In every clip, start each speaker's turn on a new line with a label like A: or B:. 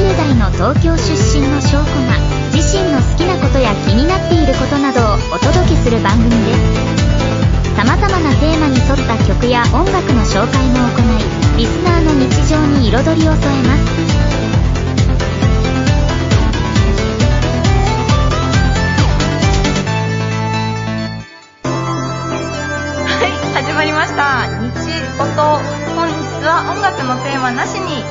A: 東京出身の翔子が自身の好きなことや気になっていることなどをお届けする番組ですさまざまなテーマに沿った曲や音楽の紹介も行いリスナーの日常に彩りを添えます
B: はい、始まりました。日音。本日は音楽のテーマなしに、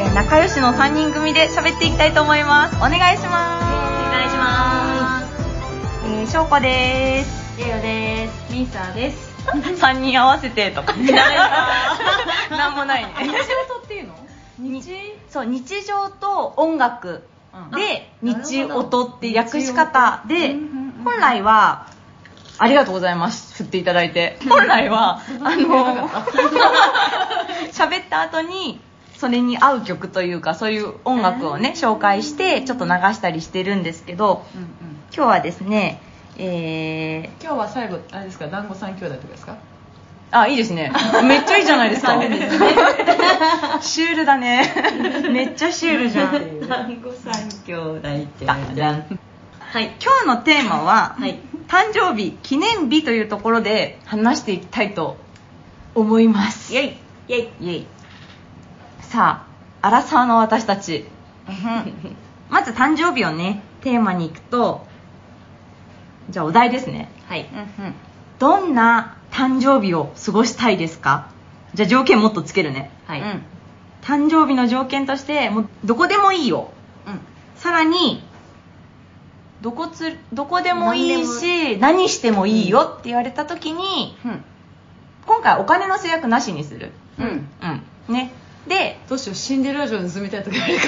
B: えー仲良しの3人組で喋っていきたいと思います。お願いします。お願いします。えー、しょうこです。レオです。ミーサーです。3人 合わせてと か。なんもないね。
C: 事っていうの
B: 日そう、日常と音楽で、
C: うん
B: 日
C: なるほ
B: 音
C: ど
B: って訳し方で、
C: 日音うんうんうん
B: 本来は、ありがとうございます。振っていただいて。本来は、あの、 喋った後に、それに合う曲というか、そういう音楽をね、紹介して、ちょっと流したりしてるんですけど、
C: うんうん
B: 今日はですね、え
C: 今日は最後あれですか団子三兄弟とかですか
B: ー、あ、いいですね。めっちゃいいじゃないですか。シュールだね。めっちゃシュールじゃん。
D: 団子三兄弟って
B: だ
D: はい
B: 今日のテーマは、
D: はい
B: 誕生日記念日というところで話していきたいと思います
D: イェイイェイ
B: イエイさあアラサーの私た ちまず誕生日をねテーマにいくとじゃあお題ですね
D: はい
B: どんな誕生日を過ごしたいですかじゃあ条件もっとつけるね
D: はい
B: うん誕生日の条件としてもうどこでもいいよさらにどこつどこでもいいし何してもいいよって言われた時に、
D: うん
B: 今回お金の制約なしにする
D: うんうん
B: うんねで
C: どうしようシンデレラ城に住みたいとか言われるか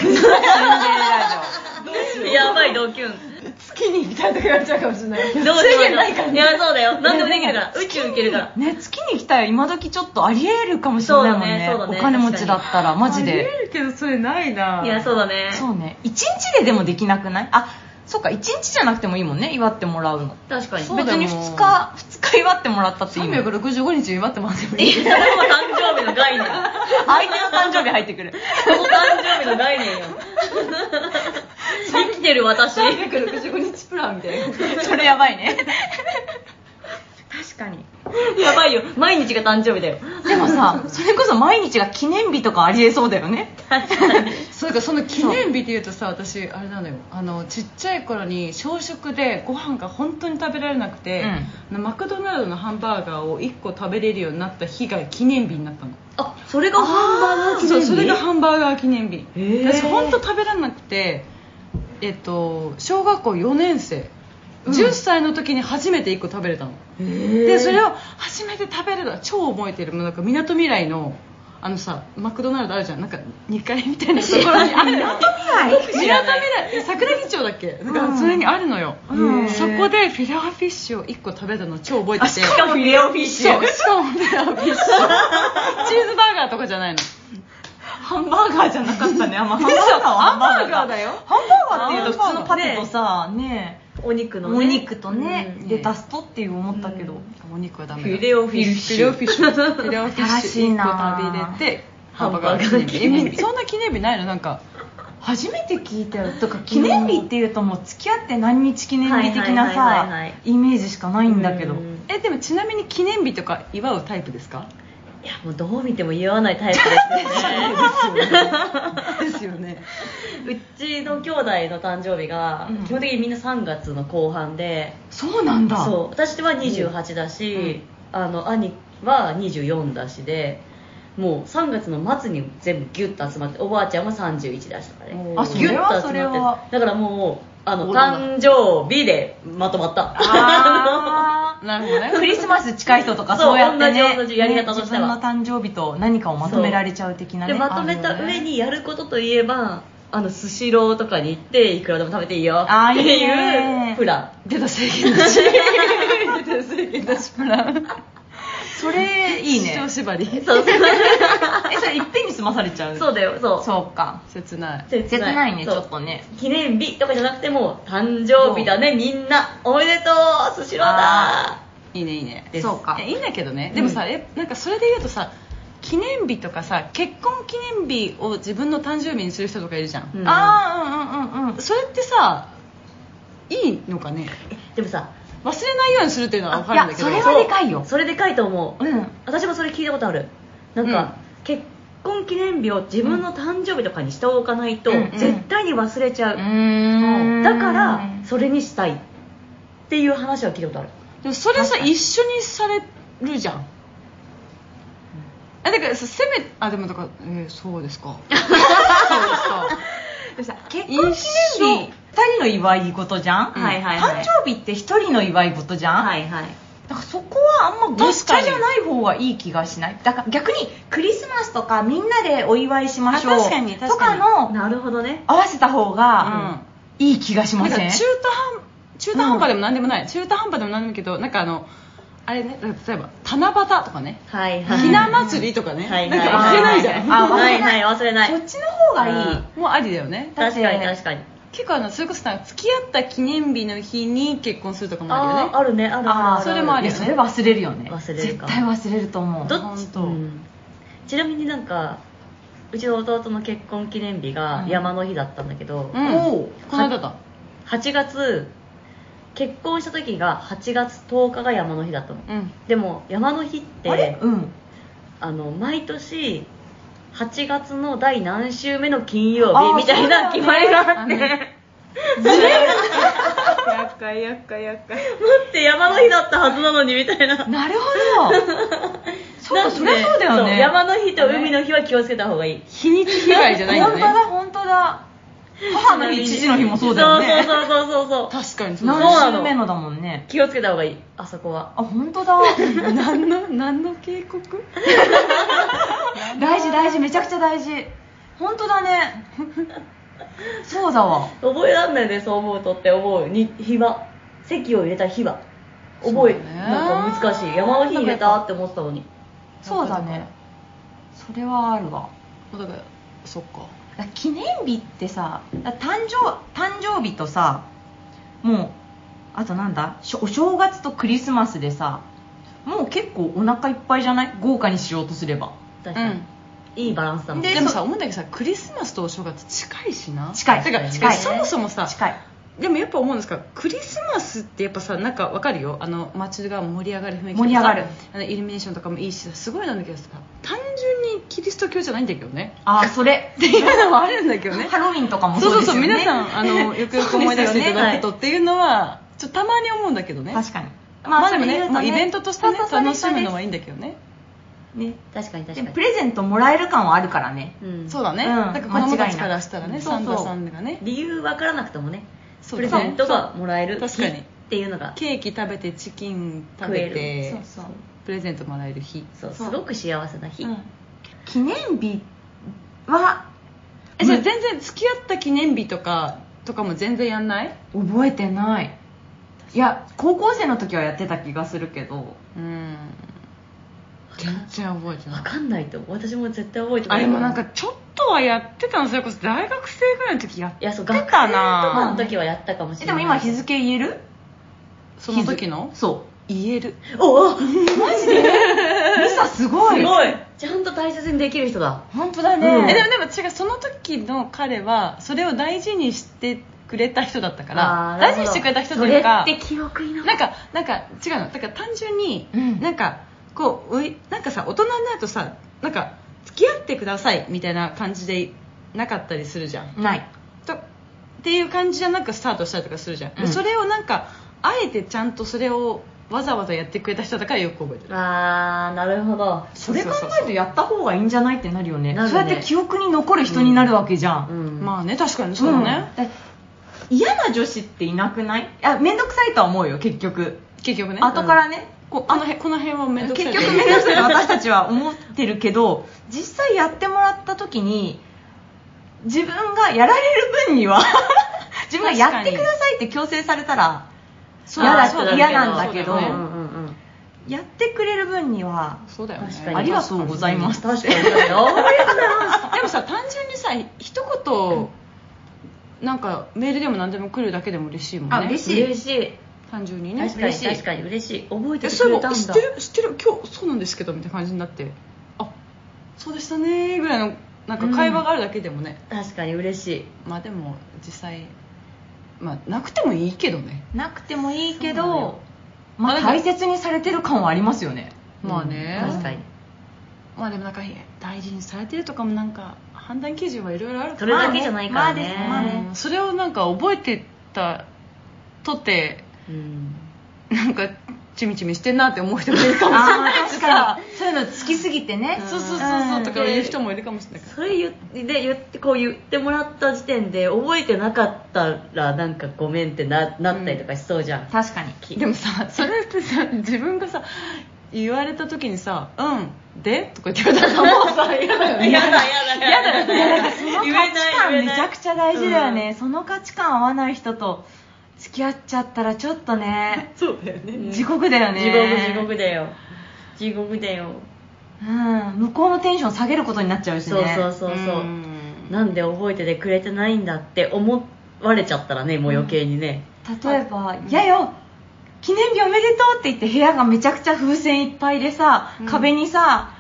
D: やばいドキュン
C: ら月に行きたいとか言われちゃうかもしれな い
D: どうでもないからいやそうだよ何でもできるから宇宙行けるから
B: ね月に来たら今時ちょっとありえるかもしれないもんね
D: そうだねそうだね
B: お金持ちだったらマジで
C: えるけどそれないない
D: やそうだね
B: そうね1日ででもできなくないあそっか1日じゃなくてもいいもんね祝ってもらうの
D: 確かに
C: そうだ
B: 別に
C: もう
B: 2日2日祝ってもらったっていいもん
C: 365日祝ってますよ
D: いやそれも誕生日の概念
B: 相手の誕生日入ってくる
D: その誕生日の概念よ生きてる私
C: 365日プランみたいな
B: それやばいね確かに
D: やばいよ毎日が誕生日だよ
B: でもさそれこそ毎日が記念日とかありえそうだよね
C: そうかその記念日でいうとさ私あれなのよあのちっちゃい頃に小食でご飯が本当に食べられなくて、あのマクドナルドのハンバーガーを1個食べれるようになった日が記念日になったの
D: あそれがハンバーガー記
C: そう
D: 念日
C: それがハンバーガー記念日、
B: へー
C: 私本当食べられなくてえっと小学校4年生、10歳の時に初めて1個食べれたので
B: で
C: それを初めて食べれた超覚えてるもうなんかみなとみらいのあのさマクドナルドあるじゃんなんか2階みたいなところに あるのみなとみらいえ桜木町だっけなんかそれにあるのよ、
B: うん
C: そこでフィレオフィッシュを1個食べたの超覚えてて
B: しかもフィレオフィッシ
C: そう
B: ュ
C: しかもフィレオフィッシュチーズバーガーとかじゃないの
B: ハンバーガーじゃなかったねあんまハンバーガーは
C: ハンバーガーだよ
B: ハンバーガーっていうと普通のパテとさね
D: お肉のね
B: お肉とね
C: うん
B: レタスとっていう思ったけど
C: お肉はダメだ
D: フィレオフィッシュ
C: フィレオフィッシュフィレオフィッ
B: 新
C: シ
B: し
C: ュ
B: い
C: 1
B: な
C: 個食べれて
D: ハ
C: ハ
D: ン
C: ン
D: バ
C: バ
D: ー
C: ー
D: ガ
C: ガ
D: ー
C: ー
D: 記
C: 記
D: 念日
C: 念日そんな記念日ないのなんか
B: 初めて聞いたよとか記念日っていうともう付き合って何日記念日的な
D: はいはいはいはいは
B: さ
D: い
B: イメージしかないんだけど
D: うん
C: えでもちなみに記念日とか祝うタイプですか
D: いやもうどう見ても言わないタイプですよね
C: ですよね
D: うちの兄弟の誕生日が
B: うん
D: 基本的にみんな3月の後半で、
B: そうなんだ
D: そう私は28だし、あの兄は24だしでもう3月の末に全部ギュッと集まっておばあちゃんは31だしとかね
C: あ
B: それは
D: ギュッと集まって
B: それは
D: だからもうあの
C: オーダ
D: 誕生日でまとまった
B: あー
C: なるほどね
B: クリスマス近い人とか
D: そう
B: そうやって
D: 同
B: ね
D: じ同じやり方としては
B: ね自分の誕生日と何かをまとめられちゃう的なね
D: でまとめた上にやることといえばあのスシローとかに行っていくらでも食べていいよ
B: あ
D: っ
B: ー
D: て
B: いいね
D: いうプラン
C: 出た制限だし出た制限だしプラン
B: それいいね
C: 一生縛り
D: そう
B: えそれいっぺんに済まされちゃう
D: そうだよそう
B: そうか
C: 切ない
B: 切ないねち
D: そう
B: ょっとね
D: 記念日とかじゃなくても誕生日だねみんなおめでとうスシローだ
C: いいねいいね
B: ですそうか
C: いやいいんだけどねでもさ、えなんかそれで言うとさ記念日とかさ結婚記念日を自分の誕生日にする人とかいるじゃん、
D: うん
C: ああうんうんうんうんそれってさいいのかね
D: でもさ
C: 忘れないようにするっていうのは分かるんだけど
B: いやそれはでかいよ
D: それでかいと思う、
C: うん
D: 私もそれ聞いたことあるなんか、結婚記念日を自分の誕生日とかにしておかないと、
C: うんうん
D: 絶対に忘れちゃう、
C: ーん
D: だからそれにしたいっていう話は聞いたことある
C: でもそれさ
D: 確かに
C: 一緒にされるじゃんあだからさせめあでもだから、えーそうで すかそうですか
B: でさ結婚記念日2人の祝い事じゃん、
C: うんはい
D: はいはい
B: 誕生日って1人の祝い事じゃん、
D: はいはい
B: だからそこはあんまごっちゃ
C: 確
B: じ
C: かに
B: ゃない方がいい気がしないだから逆にクリスマスとかみんなでお祝いしましょう
C: あ確かに確かに
B: とかの
D: なるほどね
B: 合わせた方がいい気がし
C: な
B: ま
C: んか
B: せん、
C: 中途半中途半端でもなんでもない、中途半端でもなんでもいいけどなんかあのあれね例えば七夕とかね
D: はいはい
C: ひな祭りとかね、
D: はい
C: なんか
D: はい
C: 忘れないじゃん、
B: あ
D: は
B: 忘れ ないい
D: はい忘れない
B: そっちの方がいい、
D: うん
C: もうありだよね
B: だっ
D: 確
B: て
D: かに確かに
C: 結構あのそれこそさ付き合った記念日の日に結婚するとかもあるよ
D: あ
C: ね
D: ーあるねあるあるあ
B: あ
D: る
B: ー
C: それもあるよね
B: いやそれ忘れるよね
D: 忘れるか
B: 絶対忘れると思う
D: ど
C: ほ
D: っち
C: ん、と
D: うんちなみになんかうちの弟の結婚記念日が山の日だったんだけど、
C: うん
B: おう
C: この間だ
D: 8月結婚した時が8月10日が山の日だったの
C: うん
D: でも山の日って
B: あれ
D: あ
B: うん
D: の毎年8月の第何週目の金曜
B: あー
D: 日みたいな
B: そう
D: 決
B: だ
D: ま
B: よね
D: りがあって
C: あの
D: 待
C: やっかいやっかいやっかい
D: って山の日だったはずなのにみたいな
B: なるほどそう
D: な
B: か
D: んで
B: そりゃそうだよ
D: そ
B: ね
D: う山の日と海の日は気をつけた方がいい
C: 日にち被害じゃないんだ
B: 本当だ
C: ね
B: 本当だ母の日父の日もそうだよね
D: そうそうそうそうそう
C: 確かにそうだね
B: 何週目のだもんね
D: 気をつけた方がいいあそこは
B: あ本当だ
C: 何の何の警告
B: 大事大事めちゃくちゃ大事本当だねそうだわ
D: 覚えらんないねそう思うとって思うに日は席を入れた日は覚え、
C: そうだね
D: なんか難しい山の日入れたって思ってたのに
B: そうだねそれはあるわ
C: だからそっか
B: だから記念日ってさだから誕生誕生日とさもうあとなんだしょお正月とクリスマスでさもう結構お腹いっぱいじゃない豪華にしようとすれば
D: 確かに、いいバランスだもん
C: で
B: で
C: も
B: そ
C: さ思うんだけどさクリスマスとお正月近いしな
B: 近い
C: てか
B: 近い
C: そもそもさ
B: 近い
C: でもやっぱ思うんですかクリスマスってやっぱさなんかわかるよあの街が盛り上がる雰囲気とかさ
B: 盛り上がる
C: あのイルミネーションとかもいいしさすごいなんだけどさ単純にキリスト教じゃないんだけどね
B: ああそれ
C: っていうのもあるんだけどね
B: ハロウィンとかも
C: そう
B: そ
C: そう
B: です
C: うそ
B: よね
C: う、皆さん あのよくよく思い出していただくとっていうのはちょっとたまに思うんだけどね
B: 確かに
C: まあでもねもうイベン
B: ト
C: トとしてね
B: そうそうそう
C: 楽しむのはいいんだけどね
B: ね
D: 確かに
B: で
D: 確
B: も
D: か
B: プレゼントもらえる感はあるからね
D: に、うん、
C: そうだね、
B: うん
C: なんか子供
B: 間違い
C: た
B: ない
C: ちからしたらね
B: そうそ
C: サ
B: う
C: ンタさんがね
D: 理由わからなくてもね
C: そう
D: プレ
C: ですね
D: ゼントがもらえる
C: そう
D: 日
C: 確かに
D: っていうのが
C: ケーキ食べてチキン食べ
D: 食え
C: て
B: そうそう
C: プレゼントもらえる日
D: そうす
B: そう
D: ごく幸せな日、
C: うん
B: 記念日は
C: えそれ全然付き合った記念日とかとかも全然やんない
B: 覚えてないいや高校生の時はやってた気がするけど
C: うん全然覚えてな
D: わ
C: い
D: かんないと思う私も絶対覚えてない
C: あでもなんかちょっとはやってたのそれこそ大学生ぐらいの時やっ
D: い
C: て
D: やそう学生と
C: た
D: か
C: な
D: の時はやったかもし
B: え
D: れ
B: で
D: ない
B: も今日付言える
C: その時の
B: 日付そ
C: 言える
D: おおす
B: うミサすごい
D: ごいちゃんと大切にできる人だ
B: 本当だね、
D: うん
C: えでもでも違うその時の彼はそれを大事にしてくれた人だったから
D: あーなる
C: 大
D: ほど
C: 事にしてくれた人というか
D: それって記憶に残る
C: なんかなんか違うのだから単純に、
B: うん
C: なんかこうういなんかさ大人になるとさなんか付き合ってくださいみたいな感じでなかったりするじゃん
B: ない
C: とっていう感じじゃなくスタートしたりとかするじゃん、で
B: うん
C: それをなんかあえてちゃんとそれをわざわざやってくれた人だからよく覚えてる
D: あーなるほど
B: それ考えるとやった方がいいんじゃないってなるよね
D: なるね
B: そうやって記憶に残る人になるわけじゃん、
D: うん
C: まあね確かにそうだね、
B: うんだ嫌な女子っていなくないあ面倒くさいとは思うよ結局
C: 結局ね
B: 後からね、
C: こあの辺この辺は面倒くさ
B: 結
C: い
B: 局面倒くさいと私たちは思ってるけど実際やってもらった時に自分がやられる分には自分がやってくださいって強制されたら
C: そう
B: 嫌
C: そう
B: だ
C: ね
B: 嫌なんだけ
C: そ
B: ど
C: う
D: うん
C: だよ
D: う
C: ね
D: んうん
B: やってくれる分には
C: そうだよね
D: 確かに
B: ありがとうございます
D: 確かに確かに
C: でもさ単純にさ一言なんかメールでも何でも来るだけでも嬉しいもん ね
B: あ嬉しい
D: 嬉しい
C: 単純にね
D: 確かに
C: 嬉しい
D: 確かに嬉しい覚え
C: え
D: てて
C: そ
D: く
C: うい
D: れ
C: え
D: たん
C: ば知
D: だ
C: ってる知ってる今日そうなんですけどみたいな感じになってあそうでしたねぐらいのなんか会話があるだけでもね、
D: 確かに嬉しい
C: まあでも実際まあなくてもいいけどね
B: なくてもいい
D: そ
B: け
D: うなのよ
B: ど、まあ、大切にされてる感はありますよね
C: まあね、
D: うん確かに
C: まあでもなんか大事にされてるとかもなんか判断基準はいろいろあるか
D: そ
C: ら
D: れだけじゃないからね,、
B: まあねまあね
C: うんそれをなんか覚えてたとて
D: うん
C: なんかチミチミしてんなって思う人もいるかもしれ
B: あ
C: ない
B: ー確かにそういうのつきすぎてね
C: に そうそうそう
B: う
C: そ
B: ん
C: うとか言う人もいるかもしれないから
D: それ言ってで言ってこう言ってもらった時点で覚えてなかったらなんかごめんってななったりとかしそうじゃん、
B: 確かに
C: でもさそれってさ自分がさ言われた時にさ「うんで?」とか言われたらもうさ嫌だよね
D: やだやだやだやだ
B: その価値観めちゃくちゃ大事だよ
D: う
B: ね、その価値観合わない人と付き合っちゃったらちょっとね
C: そうだよ ね
B: 地獄だよね
D: 地獄地獄だよ地獄だよ、
B: うん向こうのテンション下げることになっちゃうしね
D: そうそうそうそう、なんで覚えててくれてないんだって思われちゃったらねもう余計にね、
B: 例えば「やよ記念日おめでとう」って言って部屋がめちゃくちゃ風船いっぱいでさ、
C: うん
B: 壁にさ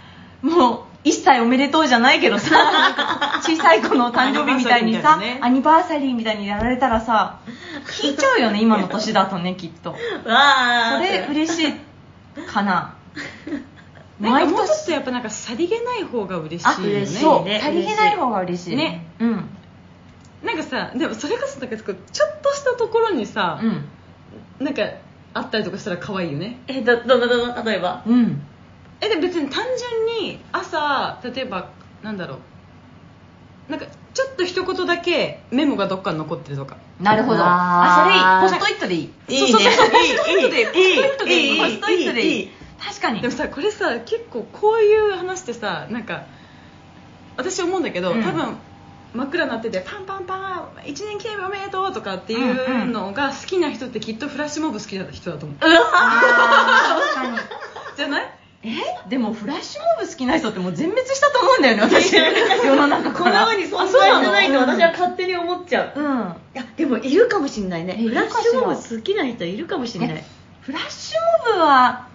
B: もう一切おめでとうじゃないけどさなんか小さい子の誕生日みたいにさア
C: ア
B: ニバーサリーみたいにやられたらさ引いちゃうよね今の年だとねきっと
D: わ
B: そ
D: あ
B: れ嬉しいかな
C: なんかもうちょ
B: 毎
C: っとやっぱなんかさりげない方が嬉し
B: あ
C: いよね
D: 嬉しい
B: そう、
D: ね
B: さりげない方が嬉しい
C: ね
B: うん
C: なんかさでもそれこそなんかこうちょっとしたところにさ
B: う、ん
C: なんかあったりとかしたら可愛いよね
D: えどどどどど例えば
B: うん
C: えでも別に単純に朝例えばなんだろうなんかちょっと一言だけメモがどっかに残ってるとか
B: なるほど
D: あ
B: あ
D: ー
B: それいいポストイットでいい
D: い
C: そうそうそう
D: いいねいいいい
C: ポストイットでいい
D: いい
B: ポストイットでいい確かに
C: でもさこれさ結構こういう話ってさなんか私思うんだけど、
B: うん
C: 多分真っ暗になっててパンパンパン1年記念日おめでとうとかってい
B: んう
C: うんうのが好きな人ってきっとフラッシュモブ好きな人だと思う、
B: あー確かに
C: じゃない
B: えでもフラッシュモブ好きな人ってもう全滅したと思うんだよね私世の中
D: こ
B: か
D: んな
B: ら
D: 風に存在してないと
B: あそうなの
D: 私は勝手に思っちゃう
B: うん
D: いやでもいるかもしんないね
B: えい
D: フ
B: る
D: ラ
B: か
D: ッ
B: しら
D: シュモブ好きな人いるかもしんない
B: えフラッシュモブは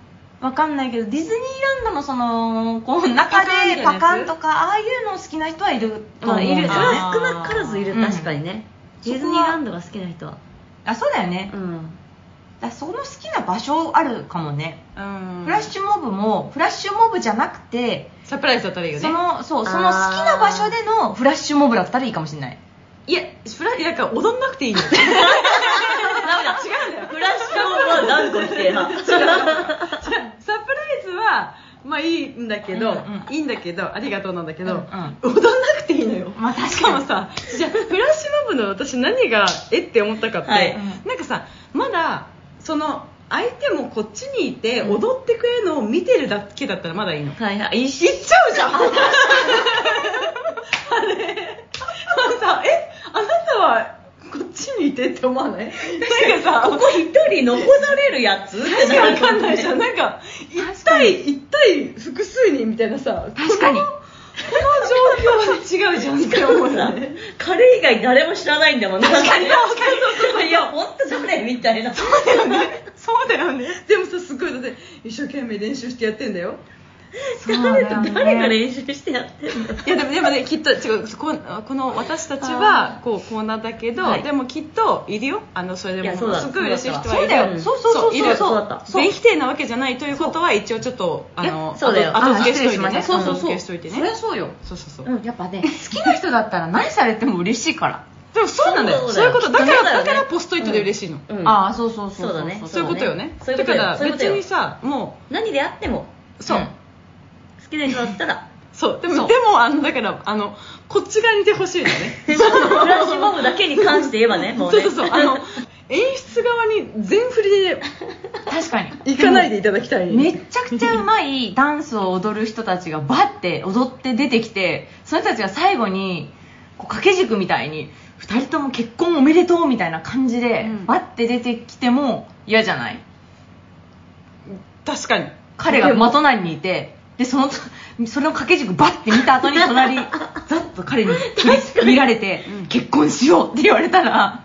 B: わかんないけどディズニーランドのそのこう中でパ
C: パ
B: カ
C: カ
B: ン
C: ン
B: とかああいうのを好きな人はいると思
D: ま
B: う
D: あ
B: んだ
D: い
B: よね
D: るそれは
C: あー
D: 少なからずいる
B: うん
D: 確かにね
B: そこ
D: ディ
B: は
D: ズニーランドが好きな人は
B: あそうだよね、
D: う
B: だか
D: ん
B: らその好きな場所あるかもね、
C: うん
B: フラッシュモブもフラッシュモブじゃなくて
C: サプライズだったらいいよね
B: そのそう
D: あー
B: その好きな場所でのフラッシュモブだったらいいかもしれない
C: いやフラなんか踊んなくていいよ 違うんだよ
D: フラッシュモブは断固否定派
C: サプライズはまあいいんだけど、
B: うんうん
C: いいんだけどありがとうなんだけど、
B: うんうん
C: 踊んなくていいのよ
B: まあ確かに
C: しかもさじゃあフラッシュモブの私何がえって思ったかって、
D: はい
C: なんかさまだその相手もこっちにいて踊ってくれるのを見てるだけだったらまだいいの、
D: はいはい一緒
C: 行っちゃうじゃ んあれもうさえあなたはこっちにいてって思わないなんかさ
D: ここ一人残されるやつってな
C: わ
D: る
C: かんないじゃんなんか1対1対複数人みたいなさ
B: 確かに
C: このこの状況は違うじゃんって思うよね
D: 彼以外誰も知らないんだもんね確かに
C: そうそうそうそう
D: いや本当誰みたいな
C: そうだよねでもさすごいだって一生懸命練習してやってんだよ
B: そうだ
D: 誰
B: よね
D: と誰が練習してやってんの
C: いやでもでもねきっと違うここの私たちはこうこうなんだけど、
D: はい
C: でもきっといるよあのそれ
D: い
C: で
D: や
C: も
D: そうだ
C: すっごい嬉しい人はいる
B: そうだよそうそうそうそう
C: いる
D: そうだった
C: 全否定なわけじゃないということは一応ちょっとあの
D: えそうだよ
C: 後
B: あ
C: 後付けしといてね
B: そうそうそ
C: 後付
B: う
C: けしといてね
B: そりゃそうよ
C: そうそうそう、
B: やっぱね好きな人だったら何されても嬉しいから、
C: でもそうなんだよ
D: そう
C: そう
D: だ
C: いう
D: よ
C: ことだか
D: そ
C: ら
D: うだよね
C: だからポストイットで嬉しいの、
D: うん
B: ああそうそうそう
D: そうだね
C: そういうことよね
D: そういうこ
C: だ
D: とよ
C: から
D: そういうこと
C: 別
D: よ
C: にさも
D: 何であっても
C: うそう、
B: うん
D: 好きな人だったら
C: そうで
B: そう
C: もでもあのだからあのこっち側にいてほしいのね
D: フラッシュモブだけに関して言えば ねもう
C: そう
D: ね
C: そうそうあの演出側に全振りで
B: 確かに
C: 行かないでいただきたい
B: めっちゃくちゃうまいダンスを踊る人たちがバッて踊って出てきてその人たちが最後にこう掛け軸みたいに2人とも結婚おめでとうみたいな感じで、
C: うん
B: バッて出てきても嫌じゃない
C: 確かに
B: 彼がま隣にいてでそのその掛け軸バッて見た後に隣ざっと彼に振り見られて、
C: うん
B: 結婚しようって言われたら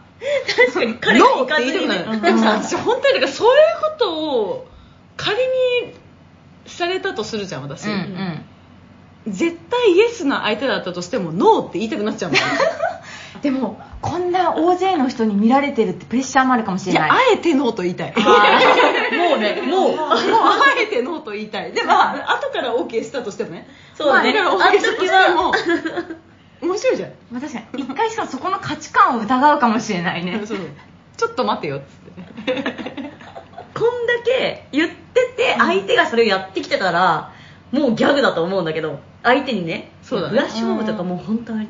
D: 確かに彼が行
C: ノーって
D: かず
C: 言いたく
D: にね
C: な
B: うん
C: るでもさ私本当にだからそういうことを仮にされたとするじゃん私、
B: うん
C: 絶対イエスな相手だったとしてもノーって言いたくなっちゃうもん
B: でもこんな大勢の人に見られてるってプレッシャーもあるかもし
C: い
B: れな
C: や
B: い
C: あえてノーと言いたいもう
D: もうねもう
C: あえてノーと言いたいでも後から OK したとしてもね
D: そうだね
C: まあ後から OK したとしても面白いじゃん
B: まあ確かに一回さそこの価値観を疑うかもしれないね
C: そうちょっと待てよっつってね
D: こんだけ言ってて相手がそれをやってきてたらもうギャグだと思うんだけど相手にね
C: そうだね
D: ブラッシュモブとかもう本当に、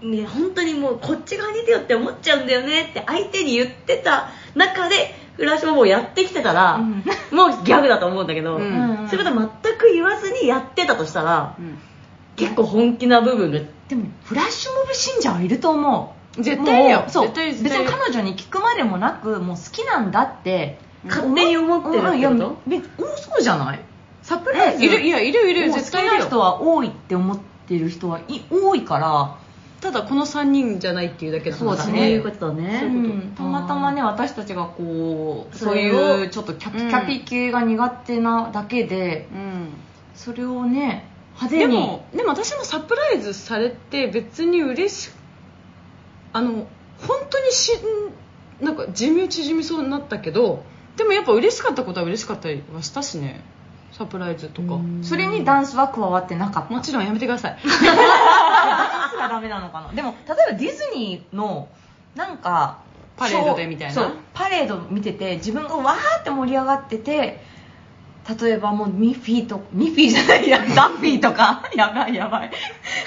D: ね、本当にもうこっち側に出てよって思っちゃうんだよねって相手に言ってた中でフラッシュモブをやってきてたら、
B: うん
D: もうギャグだと思うんだけど、
C: うん
D: そういうこと全く言わずにやってたとしたら結構本気な部分が
B: でもフラッシュモブ信者はいると思う
C: 絶対いるよ
B: もうそう
C: 絶対絶対いる
B: 別に彼女に聞くまでもなくもう好きなんだって
D: 勝手に思ってるってこと
B: うんいやべうんそうじゃないサプライズ
C: いるいやいるいる
B: もう
C: 絶対い
B: 好き
C: る
B: な人
C: よ
B: は多いって思ってる人はい多いから
C: ただこの3人じゃないっていうだけの
B: そうだ
C: 話
B: ね
D: そういうことだね
C: そういうこ
B: うんたまたまね私たちがこう
D: そ
B: そう
D: れを
B: いうちょっとキャピキャピ系が苦手なだけで、
C: うん
B: それをね派
C: で
B: 手に
C: もでも私もサプライズされて別に嬉しあの本当にしんなんか寿命縮みそうになったけどでもやっぱ嬉しかったことは嬉しかったりはしたしねサプライズとか
D: うん
B: それにダンスは加わってなかった
C: もちろんやめてください
B: ダンスがダメなのかなでも例えばディズニーのなんか
C: パレードでみたいな
B: そうそうパレード見てて自分がわーって盛り上がってて例えばもうミッフィーとミッフィーじゃない やダッフィーとか やばいやばい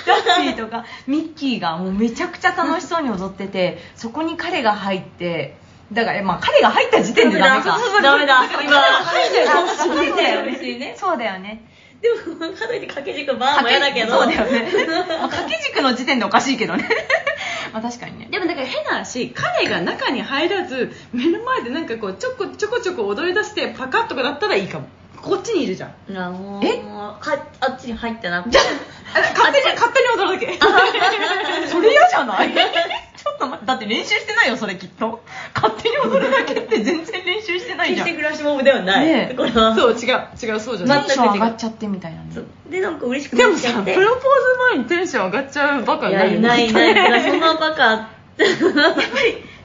B: ダッフィーとかミッキーがもうめちゃくちゃ楽しそうに踊っててそこに彼が入ってだから、まあ、彼が入った時点でダメか
D: ダメだ
B: 入って
D: 今
B: 入って
D: 入って嬉しいね
B: そうだよね
D: でもかといって掛け軸バーンも嫌だけど
B: そうだよね、 まあ、掛け軸の時点でおかしいけどね まあ確かにね
C: でもなんか変な話彼が中に入らず目の前でなんかこうちょこちょこちょこ踊り出してパカッとかだったらいいかもこっちにいるじゃん
D: あもう
B: え
D: かあっちに入ってなくて
C: 勝手に勝手に踊るだ け
B: それ嫌じゃない ちょっと待ってだって練習してないよそれきっと勝手に踊るだけって全然練習してないじ
D: 決
B: ゃ
D: して
B: んテ
D: 暮らしモブではない、
B: ねえ
D: これは
C: そう違う違うそうじゃない
B: ンション上がっちゃってみたいなね
D: そうでなんか嬉しく
C: で
D: な
C: も
D: っちゃ
C: さ
D: っ
C: プ
D: て
C: ロポーズ前にテンション上がっちゃうバカ
D: いやいないいないいないそんなバ カ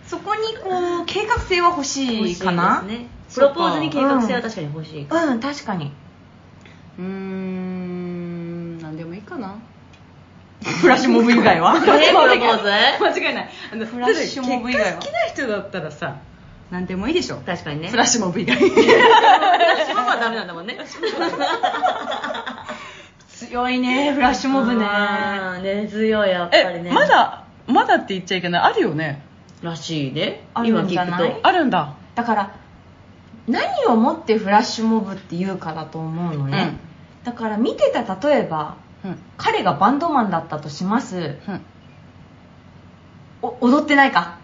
B: そこにこう計画性は欲
D: 欲
B: し
D: し
B: い
D: い
B: かな
D: ですねプロポーズに計画性は確かに欲しい、
B: うん確かに
C: うーん何でもいいかな
B: フラッシュモブ以外は
D: えプロポーズ
C: 間違いないあの
B: フラッシュモブ以外は
C: ただ結果好きな人だったらさ何でもいいでしょ
D: 確かにね
C: フラッシュモブ以外
D: シュモブはダメなんだ もんね
B: 強いねフラッシュモブね
D: あー根強いやっぱり
C: え
D: ね
C: まだまだって言っちゃいけないあるよね
D: らしいね
B: あ
D: 今
B: るんじゃない
D: 聞くと
C: あるんだ
B: だから何をもってフラッシュモブっていうかだと思うのね、だから見てた例えば
C: うん
B: 彼がバンドマンだったとします
C: うん
B: お踊ってないか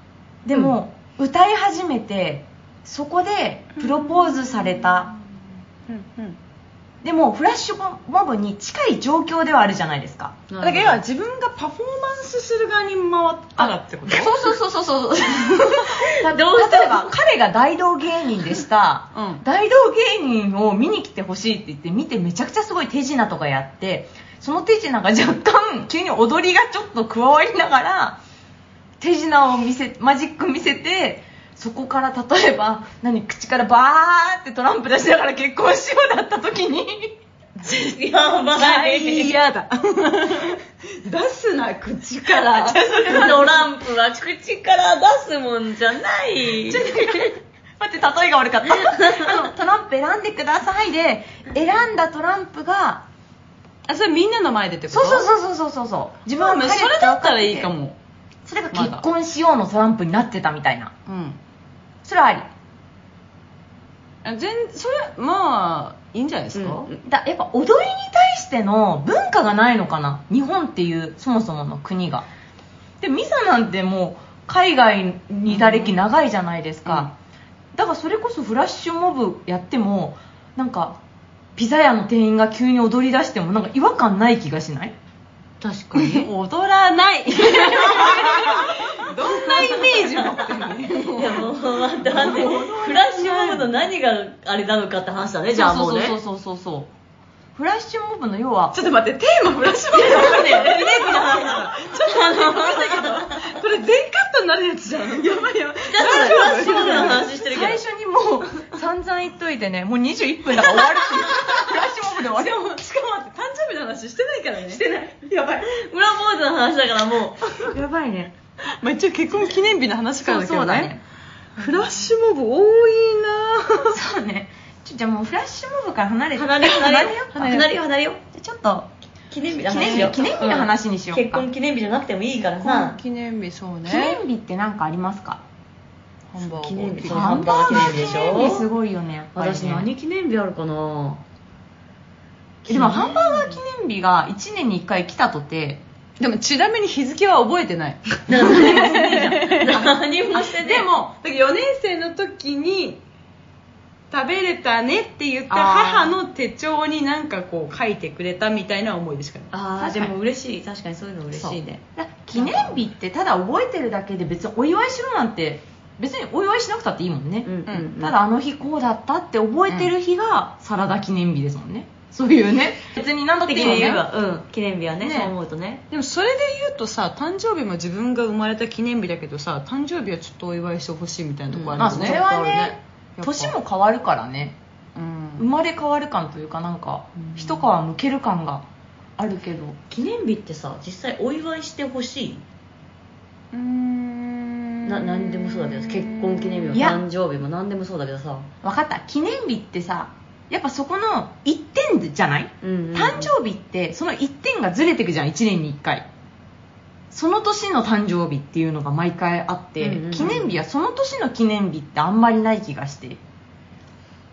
B: でも、歌い始めてそこでプロポーズされた、
C: うん
B: でもフラッシュモブに近い状況ではあるじゃないですか
C: だから要は自分がパフォーマンスする側に回ったらってこと
B: そうそうそうそうそう
D: まあどう
B: 例えば彼が大道芸人でした
C: うん
B: 大道芸人を見に来てほしいって言って見てめちゃくちゃすごい手品とかやってその手品が若干急に踊りがちょっと加わりながら手品を見せマジック見せてそこから例えば何口からバーってトランプ出しながら結婚しようだった時に
D: やばい
C: 嫌だ 出すな口から
D: トランプは口から出すもんじゃない
B: 待って例えが悪かった あのトランプ選んでくださいで選んだトランプが
C: あそれみんなの前でってこと
B: そうそうそうそうそうそう自分は
C: まあ
B: 彼
C: それ
B: て
C: だ
B: 分
C: っ
B: か
C: た
B: て
C: ら
B: て
C: いいかも、
B: それが結婚しようのトランプになってたみたいな
C: うん
B: それはあり
C: あ全それまあいいんじゃないですか、
D: うん
B: だやっぱ踊りに対しての文化がないのかな日本っていうそもそもの国がでミサなんてもう海外にいた歴長いじゃないですか、だからそれこそフラッシュモブやってもなんかピザ屋の店員が急に踊り出してもなんか違和感ない気がしない
D: 確かに
C: 踊らない どんなイメージ持ってんの
D: いやもうだってフラッシュモブの何があれなのかって話だねじゃあもうね
B: そうそうそうそうそうそうフラッシュモブの要は
C: ちょっと待ってテーマフラッシュモブだったねリメイクじゃないちょっと待ってごめんなさいけどこれ全カットになるやつじゃんやばいやばい
D: フラッシュモブの話してるけど
B: 最 初にもう散々言っといてねもう21分だから終わるっていうフラッシュモブで終わる
C: でもしかも待って誕生日の話してないからねしてないやばい
D: 裏坊主の話だからも
B: やばいね
C: まあ一応結婚記念日の話からだけど
B: そうそうだ
C: ね
B: ね
C: フラッシュモブ多いな
B: そうねちょじゃあもうフラッシュモブから離れ
D: う
B: て
D: 離れよう離れよ
B: よ
D: う
B: う
D: 離れよう離れよう
B: じゃあちょっと
D: 記念日の
B: 記
D: 話
B: 念
D: よ
B: 日記念日の話にしよう
D: 結
B: か、
D: 婚記念日じゃなくてもいいから
C: う
D: さ
C: ん記念日そうね
B: 記念日って何かありますか
C: ハンバーガー
D: 記念日
B: そ
D: そうう
B: ハ
D: ハ
B: ン
D: ン
B: バ
D: バ
B: ー
D: ー
B: ガ
D: ガ
B: ー
D: ー記念日でし
B: 記念日す
D: ょ
B: ごいよねやっぱりね
D: 私何記念日あるかな
B: でもハンバーガー記念日が1年に1回来たとて
C: でもちなみに日付は覚えてない
D: 何もしてね
C: でもだ4年生の時に食べれたねって言った
B: あー
C: 母の手帳になんかこう書いてくれたみたいな思いでしかない
D: ああ
B: 確
D: で
B: かに
D: も嬉しい確かにそういうの嬉しいね
B: だから記念日ってただ覚えてるだけで別にお祝いしろなんて別にお祝いしなくたっていいもんね、
D: うんうんうん
B: ただあの日こうだったって覚えてる日がサラダ記念日ですもんね、そういうね別に何だっていいもん
D: 記念
B: ね
D: 日はうん記念日はね
C: ね
D: そう思うとね
C: でもそれで言うとさ誕生日も自分が生まれた記念日だけどさ誕生日はちょっとお祝いしてほしいみたいなとこある
B: まあ
C: よ
B: そ
C: ね、
B: れはね
C: やっぱ
B: 年も変わるからね
C: うん
B: 生まれ変わる感というかなんか
C: うん
B: 一皮むける感があるけど
D: 記念日ってさ実際お祝いしてほしいな何でもそうだけど結婚記念日も
B: いや
D: 誕生日も何でもそうだけどさ
B: 分かった記念日ってさやっぱそこの一点じゃない誕
D: 誕
B: 生日ってその1点がずれてくじゃん1年に1回その年の誕生日っていうのが毎回あって、
D: うんうんうん
B: 記念日はその年の記念日ってあんまりない気がして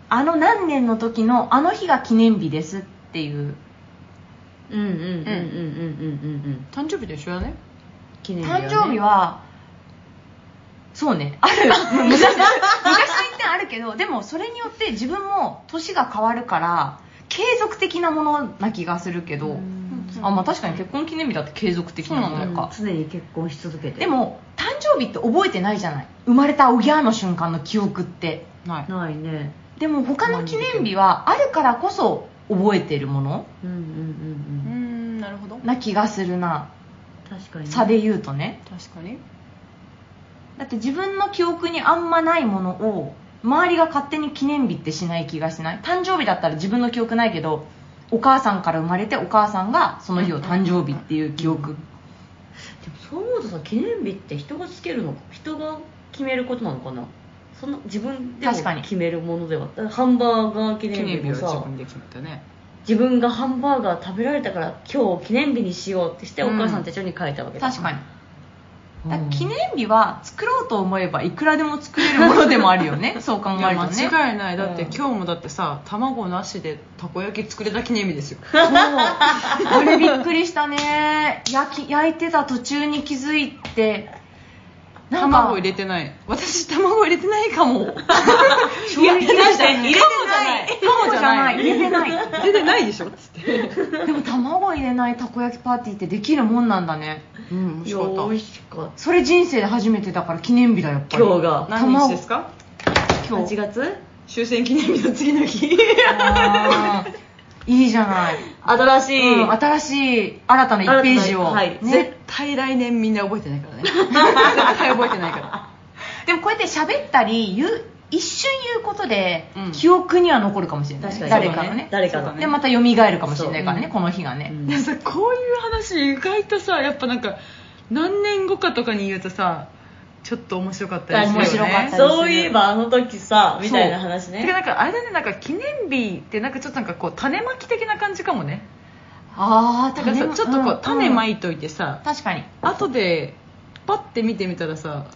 B: あの何年の時のあの日が記念日ですっていう
D: うんうんうんうんうんうんうんうん
C: 誕生日と一緒だね
D: 記念日は
B: 誕
D: ね
B: 生日はそうね ある昔の昔の1点あるけどでもそれによって自分も年が変わるから継続的なものな気がするけど、
D: うん
B: あまあ確かに結婚記念日だって継続的なものか、
D: 常に結婚し続けて
B: でも誕生日って覚えてないじゃない生まれたおぎゃーの瞬間の記憶って
C: ない
D: ないね
B: でも他の記念日はあるからこそ覚えてるもの
D: うんうんうんうん
C: んなるほど
B: な気がするな
D: 確かにね
B: 差で言うとね
C: 確かに
B: だって自分の記憶にあんまないものを周りが勝手に記念日ってしない気がしない誕生日だったら自分の記憶ないけどお母さんから生まれてお母さんがその日を誕生日っていう記
D: で
B: 憶
D: もそう思うとさ記念日って人がつけるのか人が決めることなのかなその自分でも
B: 確かに
D: 決めるものではだからハンバーガー記
C: 記
D: 念
C: 念
D: 日
C: 日
D: も
C: は自
D: さ
C: 分で決めたね
D: 自分がハンバーガー食べられたから今日記念日にしようってしてお母さん手帳に書いたわけだ、
B: 確かに
D: うん
B: だから記念日は作ろうと思えばいくらでも作れるものでもあるよ ねそう考
C: い
B: え
C: や
B: るとね
C: 間違いないだって、
B: うん
C: 今日もだってさ卵なしでたこ焼き作れた記念日ですよ
B: そうあれびっくりしたね焼き焼いてた途中に気づいてなんか
C: 卵入れてない私卵入れてないかも
B: いや入れてない入れて
C: かもじゃ
B: な
C: ないい
B: 入れてない
C: 出てないでしょっつって
B: でも卵入れないたこ焼きパーティーってできるもんなんだね
C: うん
D: いや美味しかっ
B: それ人生で初めてだから記念日だやっ
D: た
B: ぱり
D: 今日が
C: 何日ですか
B: 今
D: 8
B: 日
D: 月
C: 終戦記念日の次の日
B: あー いいじゃない
D: 新しい、
B: うん、新しい新たな1ページ
D: 新
B: を、
D: たなはい
B: ね
C: 絶、対来年みんな覚えてないからね絶対覚えてないから
B: でもこうやって喋ったり言う一瞬言うことで、
C: うん
B: 記憶には残るかもしれない
D: 確かに
B: 誰かのね
D: 誰かの
B: でまた蘇るかもしれないからね、
D: そう
B: この日がね、
D: うん
C: でもさこういう話意外とさやっぱなんか何年後かとかに言うとさちょっと面白かったりする
B: 面白
C: よね
B: かったりする
D: そういえばあの時さみたいな話
C: てか
D: ね
C: なんかあれだねなんか記念日ってなんかちょっとなんかこう種まき的な感じかもね
B: ああ
C: だからさちょっとこう種まいといてさ、
B: 確かに
C: 後でパッて見てみたらさ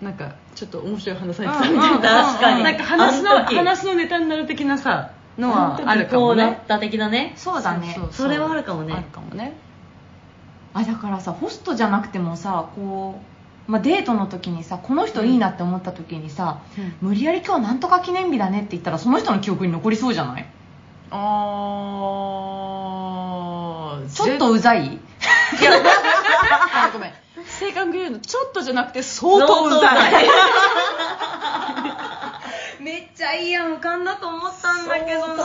C: なんかちょっと面白い話されてた
B: 確
C: みたいな
D: かに
C: なんか話の
D: あの時
C: 話のネタになる的なさのはあるか
D: こ
C: も
D: うだ
C: ね
D: った的なね
B: そうだね
C: そう
D: それはあるかも
C: ある
D: ね
C: かもね
B: あだからさホストじゃなくてもさこう、まあ、デートの時にさこの人いいなって思った時にさ、無理やり今日なんとか記念日だねって言ったらその人の記憶に残りそうじゃない
C: あー
B: ちょっとうざい
C: いやあ ごめん正確に言うのちょっとじゃなくて相当うざい
B: めっちゃいいやん浮かんだと思ったんだけど
D: 相当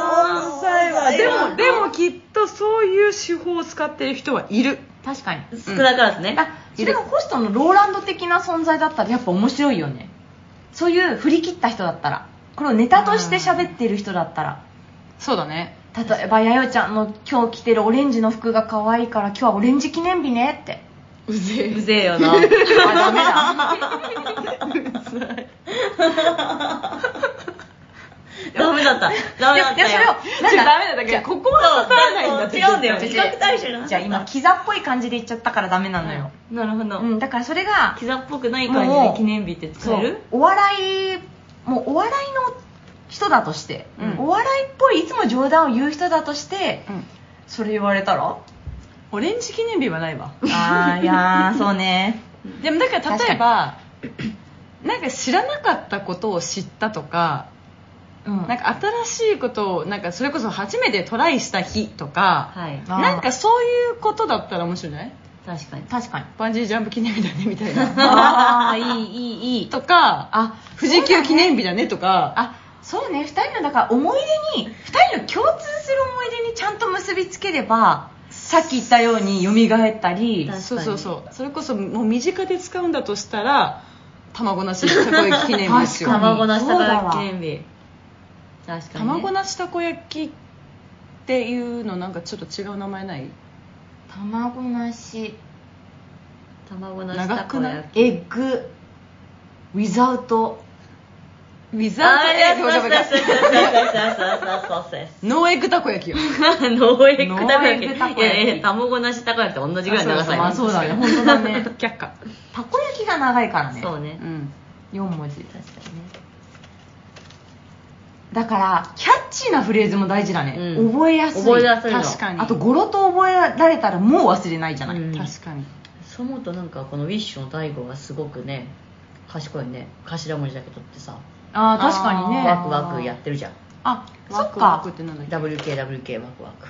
D: うざいわ
C: でもでもきっとそういう手法を使ってる人はいる
B: 確かに
D: 少なからずね、
B: あそれもホストのローランド的な存在だったらやっぱ面白いよねそういう振り切った人だったらこれをネタとして喋ってる人だったら
C: そうだね
B: 例えばやよちゃんの今日着てるオレンジの服が可愛いから今日はオレンジ記念日ねって
C: うぜ
D: うぜえよな
B: あダメだ
D: ダメだったダメだったよ
B: いやいやそれをなんだ
C: ダメだだけどここは刺さらないんだって
D: 違うんだよ
B: 違う
D: 比較対象じゃない
B: じゃあ今キザっぽい感じで言っちゃったからダメなのよ、
D: なるほど、
B: うん、だからそれが
D: 膝っぽくない感じで記念日って使え
B: そう
D: る
B: お笑いもうお笑いの人だとして、
C: うん
B: お笑いっぽいいつも冗談を言う人だとして、
C: うん
B: それ言われたら
C: オレンジ記念日はないわ
B: あーいやーそうね
C: でもだから例えばなんか知らなかったことを知ったとか
B: うん
C: なんか新しいことをなんかそれこそ初めてトライした日とか、
D: はい
B: あー
C: なんかそういうことだったら面白いんじゃない
D: 確かに
B: 確かに
C: バンジージャンプ記念日だねみたいな
B: ああいいいいいい
C: とか
B: あ
C: 富士急記念日だねとか
B: あそうね2人のだから思い出に2人の共通する思い出にちゃんと結びつければさっき言ったように蘇った
D: 確
B: り
D: かに
C: そうそうそうそれこそもう身近で使うんだとしたら卵なしのたこ焼き記念日ですよ
B: 確かに
D: 卵なしだか
B: そうだ
D: ら
B: わ
D: 記念日確かに、ね、
C: 卵なしたこ焼きっていうのなんかちょっと違う名前ない
B: 卵なし
D: 卵なしたこ焼き
B: エッグウィザウト
C: ウィザ
D: あ
C: ー
D: れ
C: ド
D: そう
C: エ
D: そう
C: ッグ
D: そう
C: を
D: そうそうそうそう
C: ノーエッグたこ焼きよ
D: 農園たこ焼き
B: 農園
D: い
B: たこ焼き
D: やいや卵なしたこ焼きと同じぐらいの長さ
B: あ
D: よ
B: そうだね本当だね
C: 却下
B: たこ焼きが長いからね
D: そうね
C: うん
B: 4文字
D: 確か
B: だからキャッチーなフレーズも大事だね、
D: うん
B: 覚えやすい
D: 覚えやすいの
C: 確かに
B: あと語呂と覚えられたらもう忘れないじゃない、
D: うん
C: 確かに
D: にそう思うとなんかこのウィッシュの大悟がすごくね賢いね頭文字だけ取ってさ
B: あー
C: ええ
D: ワクワクやってるじゃん
B: あそ
C: ワ
B: っ
C: クワ
B: か
C: クってなんだっけ
D: WKWK ワクワク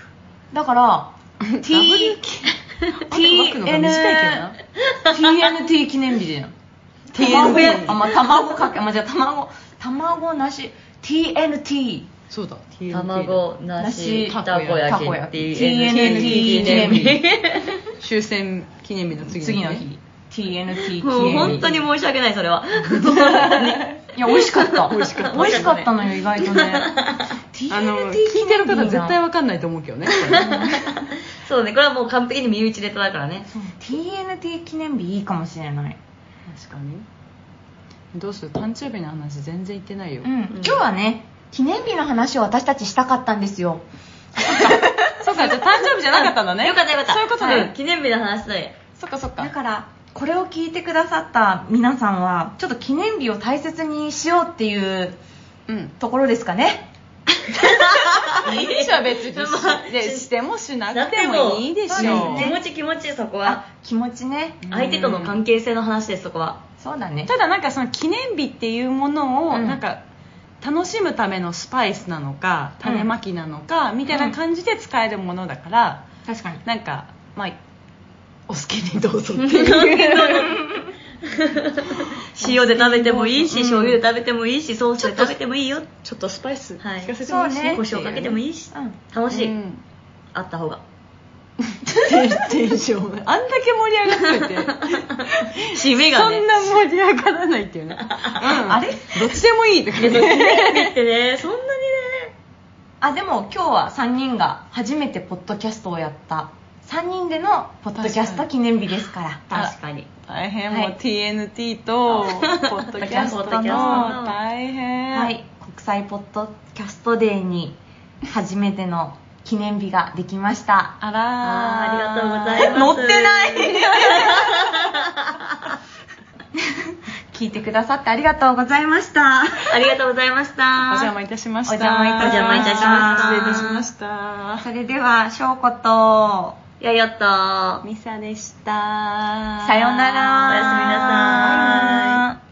B: だから
C: WK
B: T
C: ワクワクの方が短いけどな
B: TNT 記念日じゃん TNT あまあ卵かけあまあじゃあ卵卵なし TNT
C: そうだ
D: 卵なし
C: なした
D: こ焼きっていう
B: TNT
D: TNT 記
B: 記念
D: 念
B: 日
D: 日
C: 終戦記念日の次
B: 次の
C: ね
B: 日 TNT 記念日
D: もう本当に申し訳ないそれはい
B: や美味しかった美味し
D: かった
B: 美味しかったのよ意外とね
C: あの
B: TNT
C: 聞いてる方
B: 記念
C: 絶
B: 日な
C: 対わかんないと思う けどね
D: そうねこれはもう完璧に身内ネタだからね
B: TNT 記念日いいかもしれない
C: 確かにどうする誕生日の話全然言ってないよ、
B: うん、今日はね記念日の話を私たちしたかったんですよ
C: そうかじゃあ誕生日じゃなかったんだね
D: よかったよかった
C: そういうことね、
D: ん記念日の話だよ
C: そっかそっ
B: だ
C: か
B: からこれを聞いてくださった皆さんはちょっと記念日を大切にしようっていう
C: うん
B: ところですかね
C: いいでしょ別にし,、
D: まあ
C: で
D: し
C: してもしなくてもいいで
B: そ
C: し
B: う
C: ょ
B: で
C: う
D: 気
B: すね
D: 持ち気持ちそこは
B: あ気持ちね
C: うん
D: 相手との関係性の話ですそこは
B: そうだね
C: ただなんかその記念日っていうものを
B: うん
C: なんか楽しむためのスパイスなのか
B: うん
C: 種まきなのかみたいな感じで使えるものだから
B: 確かに
C: なんかまあお好きにどうぞっていう
D: 塩で食べてもいいし、醤油で食べてもいいしソースで食べてもいいよ
C: ちょっとスパイス効
D: はい
C: かせてもいいし
B: そう
C: ね
B: ね
D: 胡椒かけても
C: い
D: いいし
B: うん
D: 楽しい、
C: うん
D: あった方が
C: テンションあんだけ盛り上がっといて
D: 締め
C: そ
D: が
C: ん
D: ね
C: な盛り上がらないっていうね、あれどっちでもいいって感じ
D: 記念日ってね そんなにね
B: あでも今日は3人が初めてポッドキャストをやった3人でのポッドキャスト記念日ですから
C: あ
D: 確かに
C: 大変
B: はい
C: もう TNT とポッドキャスト
D: ポッド
C: の
D: キャストの
C: 大変
B: はい、国際ポッドキャストデーに初めての記念日ができました。
C: あ
D: あーありがとうご
C: ら
D: ざ
C: ー
D: います
B: 乗ってない 聞いてくださってありがとうございました。
D: ありがとうございました
C: お邪魔いたしまし
B: お
C: た
B: 邪魔いたしました
D: お邪魔いたしました
C: 失礼いたしました
B: それでは、しょうこと、
D: いややったー
C: ミサでした
B: さようなら。
D: おやすみなさい
B: さようなら